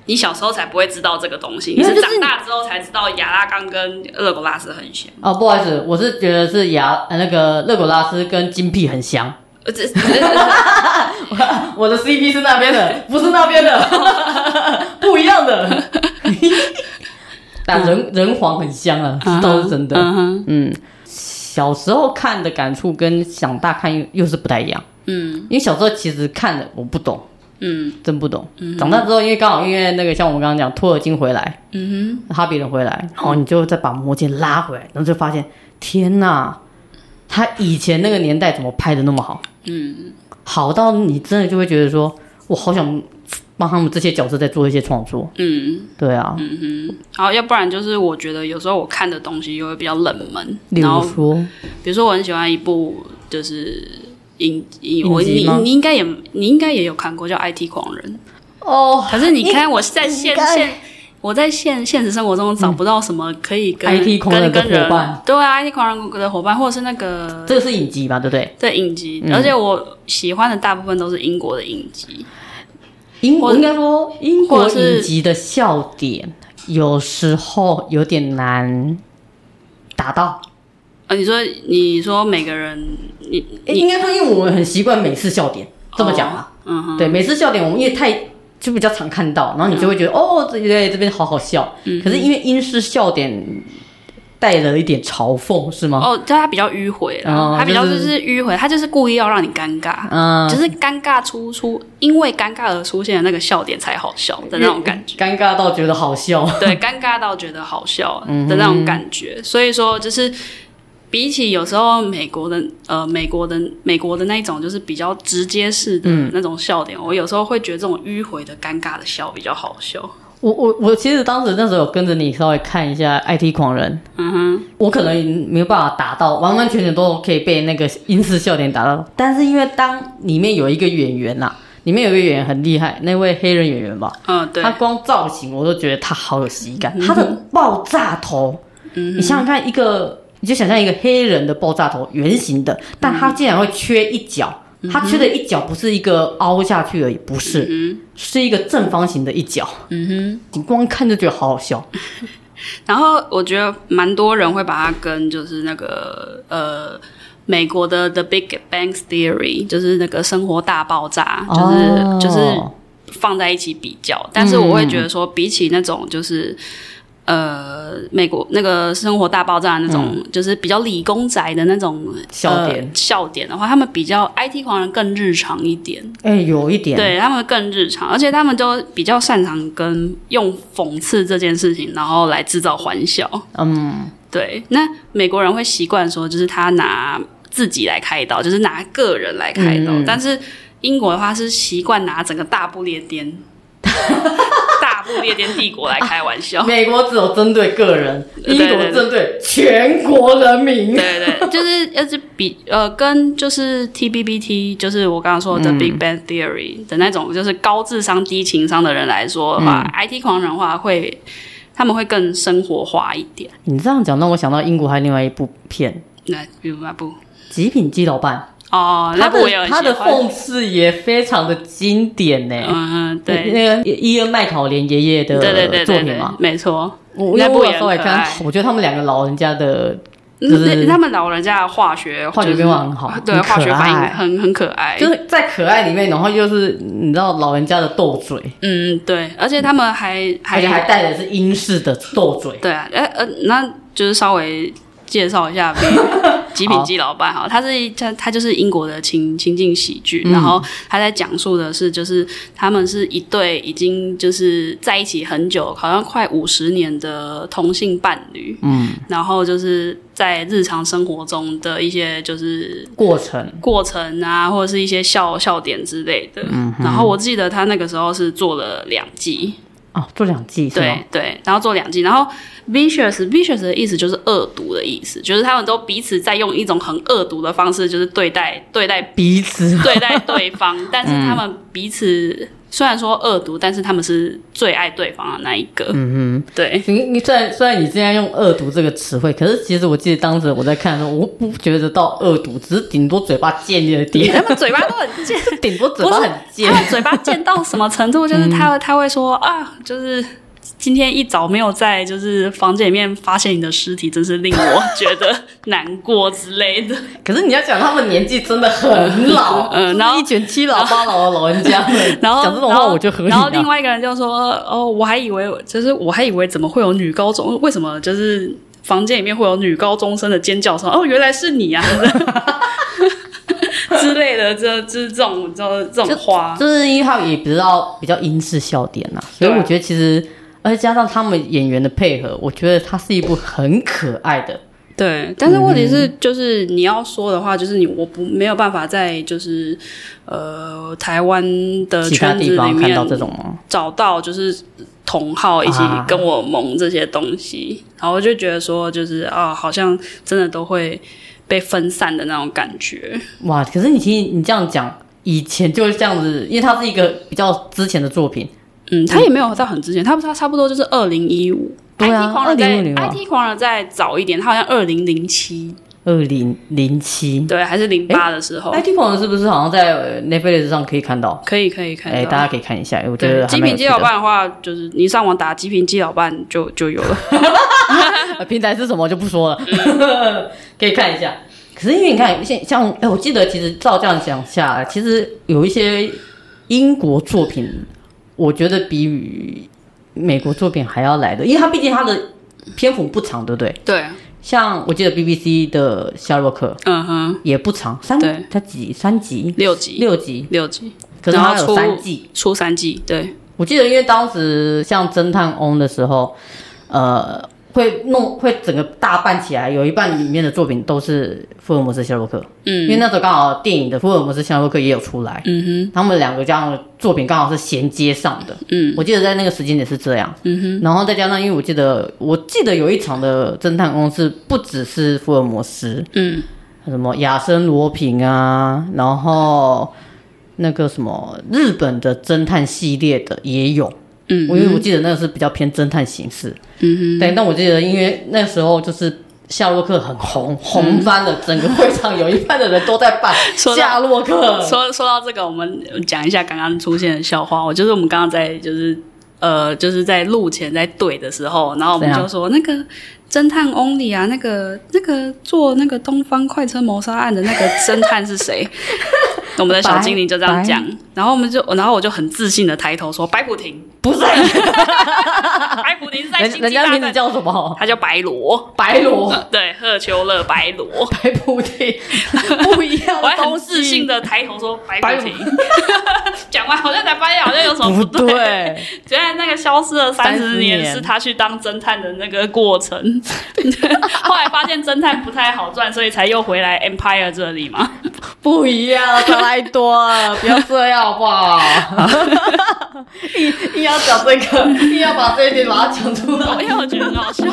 你小时候才不会知道这个东西，你没有是就是长大之后才知道亚拉冈跟勒古拉斯很像，哦，不好意思，我是觉得是亚呃那个勒格拉斯跟金屁很香。呃， 这我的 CP 是那边的，不是那边的，不一样的。但人人皇很香啊，这倒是真的。嗯哼，嗯，小时候看的感触跟长大看又又是不太一样，嗯因为小时候其实看的我不懂，嗯真不懂。长大之后，因为刚好因为那个像我们刚刚讲，托尔金回来，嗯哈比人回来，然后你就再把魔戒拉回来，然后就发现，天呐，他以前那个年代怎么拍的那么好？哼，嗯好到你真的就会觉得说，我好想帮他们这些角色再做一些创作。嗯对啊，嗯哼，然后要不然就是我觉得有时候我看的东西又会比较冷门，例然如后说，比如说我很喜欢一部就是影影，影我集你吗你应该也你应该也有看过叫《IT 狂人》。哦，可是你看，我在现应该现我在现现实生活中找不到什么可以跟 IT 嗯狂人跟的跟人伙伴对啊，IT 狂人的伙伴，或者是那个这个是影集吧，对不对？在影集，嗯而且我喜欢的大部分都是英国的影集，英或国者应该说英国或者是影集的笑点有时候有点难达到，呃，你说你说每个人，你诶你应该说因为我们很习惯美式笑点，这么讲啊，嗯哼，对，美式笑点我们因为太就比较常看到，然后你就会觉得、哦，这对这边好好笑，嗯可是因为英式笑点带了一点嘲讽，是吗？哦，但他比较迂回啦哦，他比较就就是迂回，他就是故意要让你尴尬。嗯，就是尴尬出出，因为尴尬而出现的那个笑点才好笑的那种感觉。尴尬到觉得好 笑。对，尴尬到觉得好笑啊的那种感觉。所以说，就是比起有时候美国的呃美国的美国的那一种，就是比较直接式的那种笑点，我有时候会觉得这种迂回的尴尬的笑比较好笑。我我我其实当时那时候有跟着你稍微看一下《IT 狂人》，嗯哼，我可能没有办法达到完完全全都可以被那个英式笑点达到，但是因为当里面有一个演员呐、里面有一个演员很厉害，那位黑人演员吧，嗯，对嗯他，光造型我都觉得他好有喜感，他的爆炸头，你想想看一个，你就想象一个黑人的爆炸头，圆形嗯的，但他竟然会缺一角，他缺的一角不是一个凹下去而已，不是，是一个正方形的一角，嗯哼。你光看就觉得好好笑，然后我觉得蛮多人会把它跟就是那个呃。美国的《The Big Bang Theory》就是那个生活大爆炸，就是、哦就是放在一起比较，但是我会觉得说，比起那种就是。呃，美国那个生活大爆炸那种，就是比较理工宅的那种嗯笑点呃笑点的话，他们比较 IT 狂人更日常一点，哎、有一点，对他们更日常，而且他们都比较擅长跟用讽刺这件事情，然后来制造欢笑。嗯，对，那美国人会习惯说，就是他拿自己来开刀，就是拿个人来开刀，嗯但是英国的话是习惯拿整个大不列颠、 大不列颠帝国来开玩 笑。美国只有针对个人，哦对英对国对针对全国人民。 对对，就是要是比呃，跟就是 T B B T，就是我刚刚说嗯的 Big Bang Theory 的那种，就是高智商低情商的人来说的嗯话、i T 狂人的话会，他们会更生活化一点。你这样讲让我想到英国还有另外一部片那比如那部《极品基老板》，哦，那他部我也的很他喜的欢。讽刺也非常的经典呢、嗯， 对。那个伊恩麦考莲爷爷的对对对作对品对嘛，，没错。我那因为部我也有稍微很可看爱，。我觉得他们两个老人家的就是嗯，他们老人家的化学化学就是变化很好对很化学可反应爱很很可爱，就是在可爱里面，然后又是你知道老人家的斗嘴，嗯对，而且他们还哎而且还带的是英式的斗嘴， 对啊，呃呃，那就是稍微介绍一下 Big 极品基老板哈，他是他他就是英国的情情境喜剧，嗯然后他在讲述的是就是他们是一对已经就是在一起很久，好像快五十年的同性伴侣，嗯，然后就是在日常生活中的一些就是过程过程啊，或者是一些笑笑点之类的。然后我记得他那个时候是做了两季，哦，做两季是吗对？对，然后做两季，然后 vicious vicious 的意思就是恶毒的意思，就是他们都彼此在用一种很恶毒的方式，就是对待对待彼此 对 待对方，但是他们彼此虽然说恶毒，但是他们是最爱对方的那一个。嗯嗯， 对，你你虽然虽然你现在用恶毒这个词汇，可是其实我记得当时我在看的时候，我不觉得到恶毒，只是顶多嘴巴贱一点， 他们嘴巴都很贱。顶多嘴不巴是很贱嗯他。们嘴巴贱到什么程度？就是他他会说啊，就是今天一早没有在就是房间里面发现你的尸体，真是令我觉 得难过之类的。可是你要讲他们年纪真的很老， 嗯然后就是一卷七老八老的老人家们， 然后讲这种然话后我就合理、啊。然后另外一个人就说：“哦，我还以为就是我还以为怎么会有女高中？为什么就是房间里面会有女高中生的尖叫声？哦，原来是你啊！” 之类的，这这这种这这种话，就是因为他也比较比较英式笑点呐、所以对啊我觉得其实，而且加上他们演员的配合，我觉得它是一部很可爱的。对，但是问题是，就是你要说的话，就是你我不没有办法在就是呃台湾的其他圈地子里方看面到这种吗？找到就是同好一起啊跟我萌这些东西，然后我就觉得说，就是啊，好像真的都会被分散的那种感觉。哇！可是你其实你这样讲，以前就是这样子，因为它是一个比较之前的作品，嗯，他也没有到很之前，他他差不多就是二零一五。对啊 IT 狂人在2015啊 IT 狂人再早一点，他好像二零零七，二零零七。对，还是零八的时候， IT 朋友是不是好像在呃 Netflix 上可以看到？可以可以看到。哎，大家可以看一下，我觉对，得还极蛮品有基趣老的。伴的话，就是你上网打极品基老伴就就有了。呃平台是什么就不说嗯了， 可以看一下。可是因为你看，像像哎，我记得其实照这样讲下来，其实有一些英国作品，我觉得比美国作品还要来的，因为它毕竟它的篇幅不长，对 不对？对，像我记得 BBC 的《夏洛克》嗯哼，也不长，三对它几三集六集，六集，六集，可是然它后有出三季。出三季，对，我记得，因为当时像侦探翁的时候，呃，会弄会整个大办起来，有一半里面的作品都是福尔摩斯夏洛克，因嗯为那时候刚好电影的福尔摩斯夏洛克也有出来，嗯他们两个这样的作品刚好是衔接上的。哼，嗯我记得在那个时间点是这样，嗯哼，然后再加上，因为我记得我记得有一场的侦探翁是不只是福尔摩斯，嗯什么亚森罗平啊，然后那个什么日本的侦探系列的也有，嗯我因为我记得那个是比较偏侦探形式，嗯对，但我记得因为那时候就是。夏洛克很红，红翻了，整个会场有一半的人都在扮说到夏洛克哼。。 说说到这个，我们讲一下刚刚出现的笑话。我就是我们刚刚在就是呃就是在录前在对的时候，然后我们怎样就说那个。侦探 Only 啊，那个那个做那个东方快车谋杀案的那个侦探是谁？ 我们的小精灵就这样讲，然后我们就，然后我就很自信的抬头说白普婷，不 是，白骨灵是在人星人际家大名字战，叫什么？他叫白罗，白罗、对，赫丘勒白罗。白菩提， 不一样我的还很东自西信。的抬头说白白骨灵， 讲完好像才发现好像有什么不对，对，原来那个消失了三30十年年是他去当侦探的那个过程， 后来发现侦探不太好赚，所以才又回来 Empire 这里嘛。不一样，差太多了，不要这样好不 好？硬硬要讲这个，硬要把这一点把它讲出来。因为 我觉得很好笑。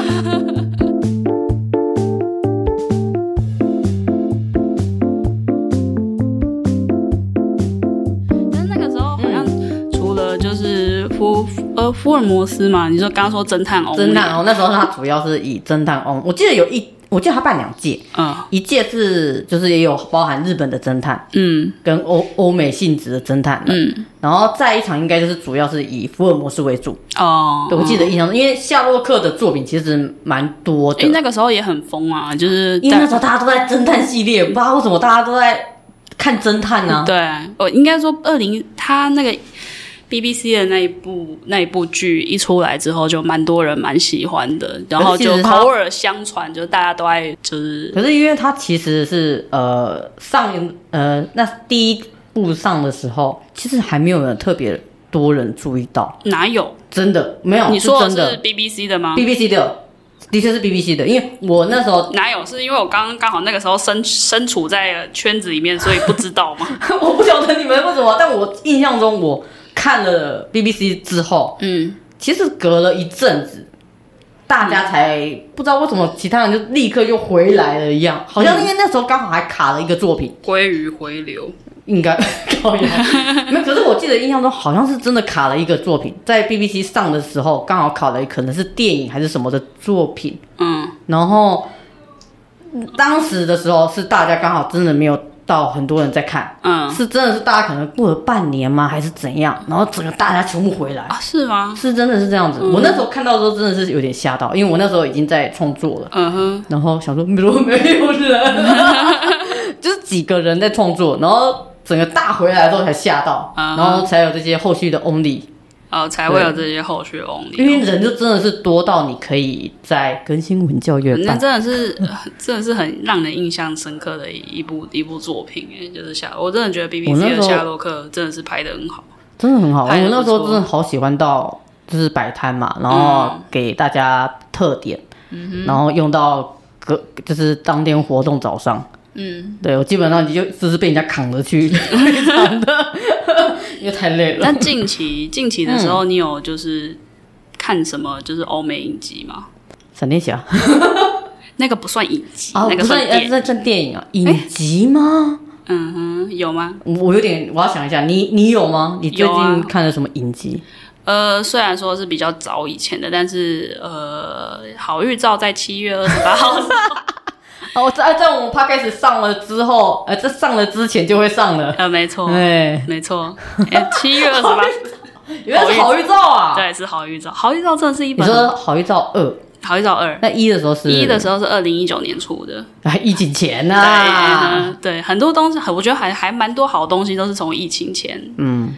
但是那个时候好像除了就是福呃福尔摩斯嘛，你说刚刚说侦探哦， 侦探哦，那时候他主要是以侦探哦，我记得有一，我记得他办两届，嗯一届是就是也有包含日本的侦探嗯跟欧欧美性质的侦探，嗯然后再一场应该就是主要是以福尔摩斯为主。哦，对，我记得印象中，因为夏洛克的作品其实蛮多的因为，哎那个时候也很疯啊，就是因为在那时候大家都在侦探系列，不知道为什嗯么大家都在看侦探呢、啊哦对，我应该说二零他那个 BBC 的那一部那一部剧一出来之后，就蛮多人蛮喜欢的，然后可就是其实它口耳相传，就大家都爱就是可是因为它其实是呃上呃那第一部上的时候，其实还没有人特别多人注意到，哪有？真的没有，你说哦是的是真的 BBC 的吗？ BBC 的，的确是 BBC 的，因为我那时候哪有？是因为我刚刚刚好那个时候身身处在圈子里面，所以不知道 嘛。我不晓得你们为什么，但我印象中我看了 BBC 之后，嗯，其实隔了一阵子。大家才不知道为什么，其他人就立刻又回来了一样，好像因为那时候刚好还卡了一个作品，鲑鱼回流，应该高阳，没有。可是我记得印象中好像是真的卡了一个作品，在 BBC 上的时候刚好卡了，可能是电影还是什么的作品。嗯，然后嗯当时的时候是大家刚好真的没有到很多人在看，嗯是真的是大家可能过了半年吗，还是怎样？然后整个大家全部回来，啊，是吗？是真的是这样子。嗯我那时候看到的时候真的是有点吓到，因为我那时候已经在创作了。嗯哼，然后想说没有没有 人，就是几个人在创作，然后整个大回来之后才吓到，啊然后才有这些后续的 only，呃，才会有这些后续 only 因。为人就真的是多到你可以在跟新闻教育那办。真的是，呃真的是很让人印象深刻的一部一部作品哎，就是夏，我真的觉得我 BBC 那时的候夏洛克真的是拍的很 好，真的很好玩，拍得我不那时候错真的好喜欢到就是摆摊嘛，然后给大家特点，然后用到隔就是当天活动早上。嗯，对我基本上就就是被人家扛着去 非常的，因为太累了。但近期近期的时嗯候，你有就是看什么就是欧美影集吗？闪电侠。那个不算影集，啊，那个不算电呃，这算电影啊，影集吗？嗯哼，有吗？我我有点，我要想一下，你你有吗？你最有啊近看了什么影集？呃，虽然说是比较早以前的，但是呃，好预兆在七月二十八 号哦，我在在我们 podcast 上了之后，呃，这上了之前就会上了。呃，没错，对，没错，哎，七月二十八，原来是好预兆啊！对，是好预兆。好预兆真的是一你本说好预兆二，好预兆二，那一的时候是一的时候是二零一九年出的，候，哎，疫情前啊对、呐，嗯对，很多东西，我觉得还还蛮多好东西都是从疫情前嗯，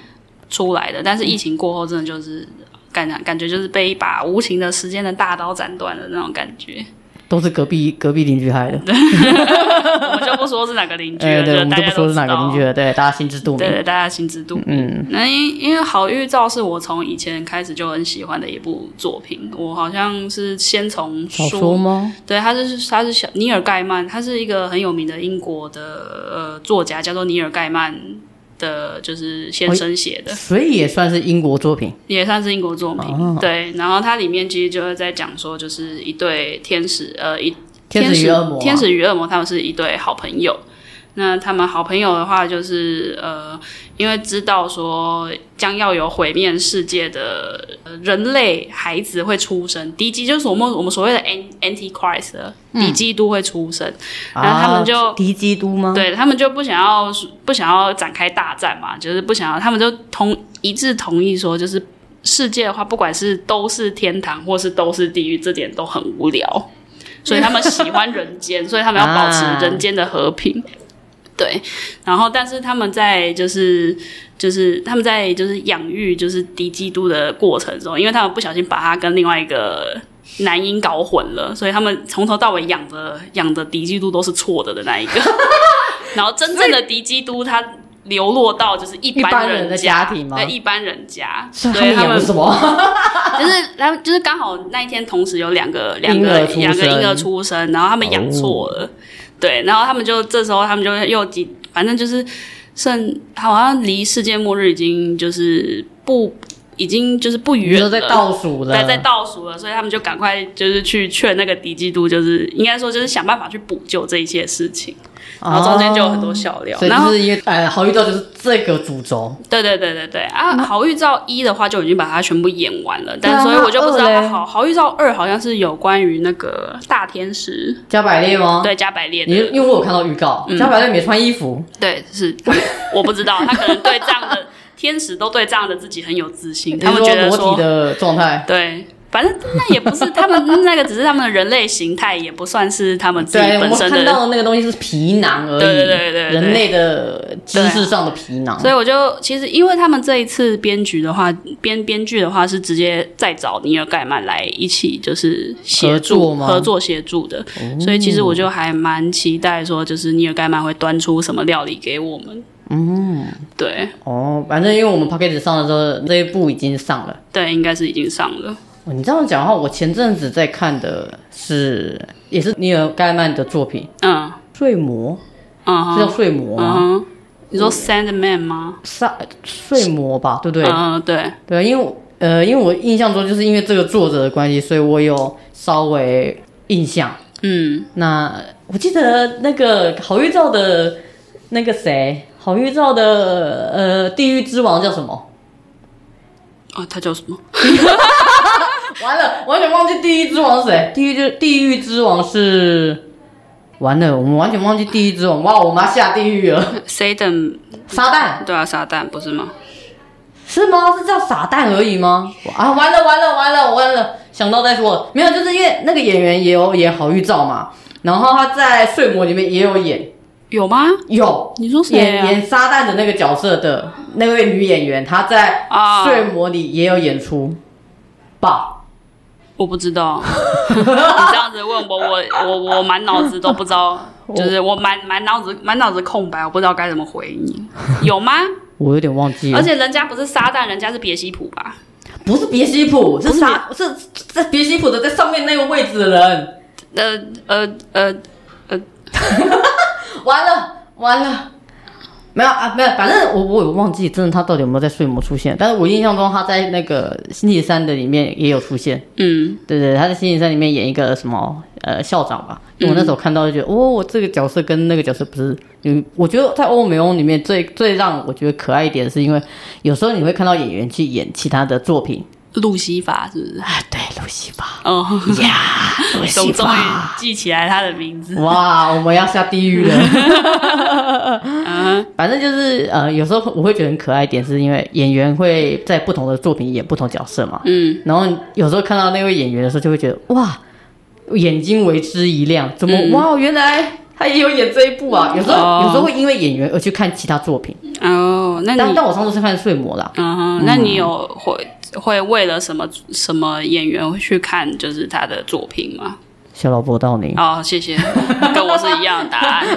出来的，但是疫情过后，真的就是感感觉就是被一把无情的时间的大刀斩断的那种感觉。都是隔壁隔壁邻居害的。我们就不说是哪个邻居哎，了，对，我就们大就家不说是哪个邻居都知道。了，对，大家心知肚对明。对，大家心知肚明。嗯，那因因为好预兆是我从以前开始就很喜欢的一部作品，我好像是先从小说吗？对，他是他是小尼尔盖曼，他是一个很有名的英国的呃作家，叫做尼尔盖曼的，就是先生写的，所以也算是英国作品。也算是英国作品。哦对，然后它里面其实就是在讲说，就是一对天使，呃，一天使与恶魔啊天使与恶魔，他们是一对好朋友。那他们好朋友的话，就是呃，因为知道说将要有毁灭世界的呃人类孩子会出生，敌基就是我们我们所谓的 an- antichrist 的嗯敌基督会出生，然后他们就啊敌基督吗？对他们就不想要不想要展开大战嘛，就是不想要，他们就同一致同意说，就是世界的话，不管是都是天堂或是都是地狱，这点都很无聊，所以他们喜欢人间，所以他们要保持人间的和平。对，然后但是他们在就是就是他们在就是养育就是敌基督的过程中，因为他们不小心把他跟另外一个男婴搞混了，所以他们从头到尾养的养的敌基督都是错的的那一 个，然后真正的敌基督他流落到就是一一般人人的家家庭吗对？一般人家，所所以他以们他演了们什么？ 就是他们就是刚好那一天同时有两个两婴个儿出生哦两个婴儿出生，然后他们养错了，对，然后他们就这时候他们就又几，反正就是剩好像离世界末日已经就是不已经就是不鱼远都了，在倒数了，对，在倒数了，所以他们就赶快就是去劝那个敌基督，就是应该说就是想办法去补救这一切事情，然后中间就有很多笑料，啊哦所以然就后是因为哎，好遇到就是这个主轴，对对对对对啊！好预兆一的话就已经把它全部演完了，对但啊所以我就不知道那二它嘞好好预兆二好像是有关于那个大天使加百列吗？对嗯加百列哦你的，因为我有看到预告，加百列没穿衣服，对是，我不知道他可能对这样的天使都对这样的自己很有自信， 你他们说觉得裸体说的状态，对反正那也不是他们那个，只是他们的人类形态，也不算是他们自己对，我本们身看的到的那个东西是皮囊而已，对对对对对人类的知识上的皮囊。所以我就其实，因为他们这一次编剧的话，编编剧的话是直接再找尼尔盖曼来一起就是协合助作吗哦协助的，所以其实我就还蛮期待说，就是尼尔盖曼会端出什么料理给我们。嗯，对哦，反正因为我们 p a c k a g e 上的时候，这一部已经上了。对，应该是已经上了。哦你这样讲的话，我前阵子在看的是也是尼尔盖曼的作品嗯《睡魔》，嗯是叫《哼睡魔》嗯吗？哼，你说 Sandman 吗？杀睡魔吧，对不对？嗯对，对，因为我呃，因为我印象中就是因为这个作者的关系，所以我有稍微印象。嗯那我记得那个好预兆的，那个谁，好预兆的呃，地狱之王叫什么？啊，他叫什么？完了，完全忘记地狱之王是谁。地狱之地狱之王是，完了，我们完全忘记地狱之王。哇，我妈下地狱了， Satan 撒旦对啊，撒旦不是吗？是吗？是叫撒旦而已吗？啊，完了完了完了完了，想到再说。没有，就是因为那个演员也有演好预兆嘛，然后他在《睡魔》里面也有演，有吗？有你说谁演啊？演撒旦的那个角色的那位女演员，她在啊《睡魔》里也有演出吧？我不知道， 你这样子问我，我我我满脑子都不知道，就是我满满脑子满脑子空白，我不知道该怎么回你，有 吗？我有点忘记而了，且人家不是撒旦，人家是别西卜吧？不是别西卜，是不是撒是在别西卜的在上面那个位置的人。呃呃呃，完了完了，没有啊，没有，反正我我有忘记，真的他到底有没有在《睡魔》出现？但是我印象中他在那个《星期三》的里面也有出现。嗯，对对，他在《星期三》里面演一个什么呃校长吧？因为我那时候看到就觉得，哦，这个角色跟那个角色不是，嗯，我觉得在欧美欧里面最最让我觉得可爱一点，是因为有时候你会看到演员去演其他的作品路西法是不是？啊，对，路西法 哦，呀，路终西终法，于记起来他的名字。哇，我们要下地狱了。 嗯反正就是呃，有时候我会觉得很可爱一点，是因为演员会在不同的作品演不同角色嘛，嗯，然后有时候看到那位演员的时候，就会觉得哇，眼睛为之一亮，怎么、哇，原来他也有演这一部啊？有时候、嗯哦有时候会因为演员而去看其他作品，哦，那但你但我上次是看《睡魔》啦，嗯哼，那你有会会为了什么什么演员去看就是他的作品吗？小老婆到你。哦，谢 谢，跟我是一样的答 案。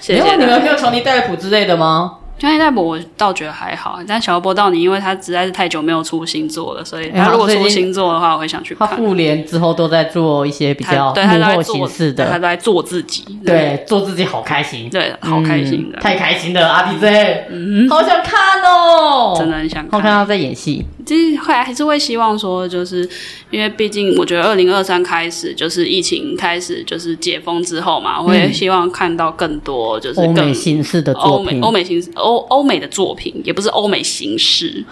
谢没谢有你大家。们没有乔尼戴普之类的吗？专业代博我倒觉得还好，但小波到你，因为他实在是太久没有出新作了，所以哎他如果他最出近新作的话，我会想去他看。复联之后都在做一些比他较对他幕都在后做形式他的，都在做自己。对，做自己好开心，对，好开心啊的嗯，太开心了，RDJ，、好想看哦，真的很想好看看。他在演戏，就是后来还是会希望说，就是因为毕竟我觉得二零二三开始就是疫情开始就是解封之后嘛，我会希望看到更多就是嗯欧更美形式的欧作美品，欧美形式欧欧美的作品，也不是欧美形式，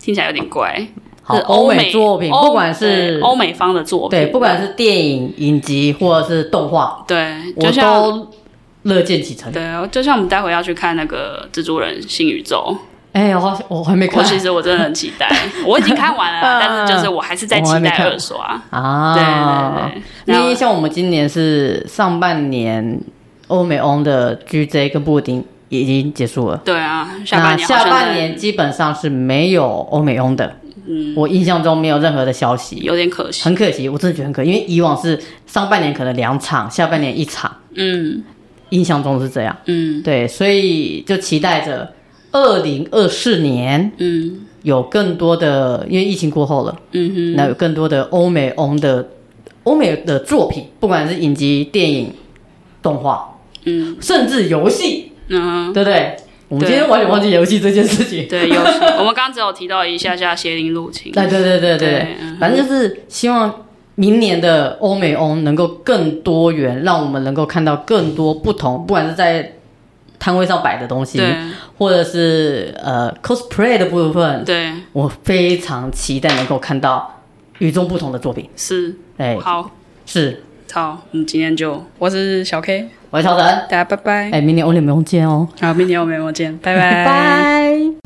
听起来有点怪。好是欧美美作品欧不管是对欧美方的作品，对，不管是电影、影集或者是动画，对，我就像都乐见其成。对，就像我们待会要去看那个《蜘蛛人：新宇 宙哎、我好像我还没》，我看其实我真的很期待，我已经看完了， 啊但是就是我还是在我还期没待看二刷。对啊对。对，然因后为像我们今年是上半年欧美 on 的 GJ 跟布丁已经结束了。对啊，下那半年好下像嗯半真的年基本上是没有欧美 on 的，我印象中没有任何的消息，有点可惜，很可惜，我真的觉得很可惜，因为以往是上半年可能两场，下半年一场，嗯印象中是这样。嗯对，所以就期待着二零二四年嗯有更多的，因为疫情过后了，嗯哼，那有更多的欧美 on 的欧美的作品，不管是影集、电影、动画，嗯甚至游戏，嗯哼，对不对？我们对今天完全忘记游戏这件事情。 对，有我们刚刚只有提到一下下邪灵入侵，对对对对对对嗯，反正就是希望明年的欧美 on 能够更多元，让我们能够看到更多不同，不管是在摊位上摆的东西，对或者是呃 cosplay 的部分，对我非常期待能够看到与众不同的作品。是哎，好。是，好，我们今天就我是小 K，我是乔晨，大家拜拜。哎哎，明年欧联没空见哦，哎好，明天我们有没有见，拜拜拜。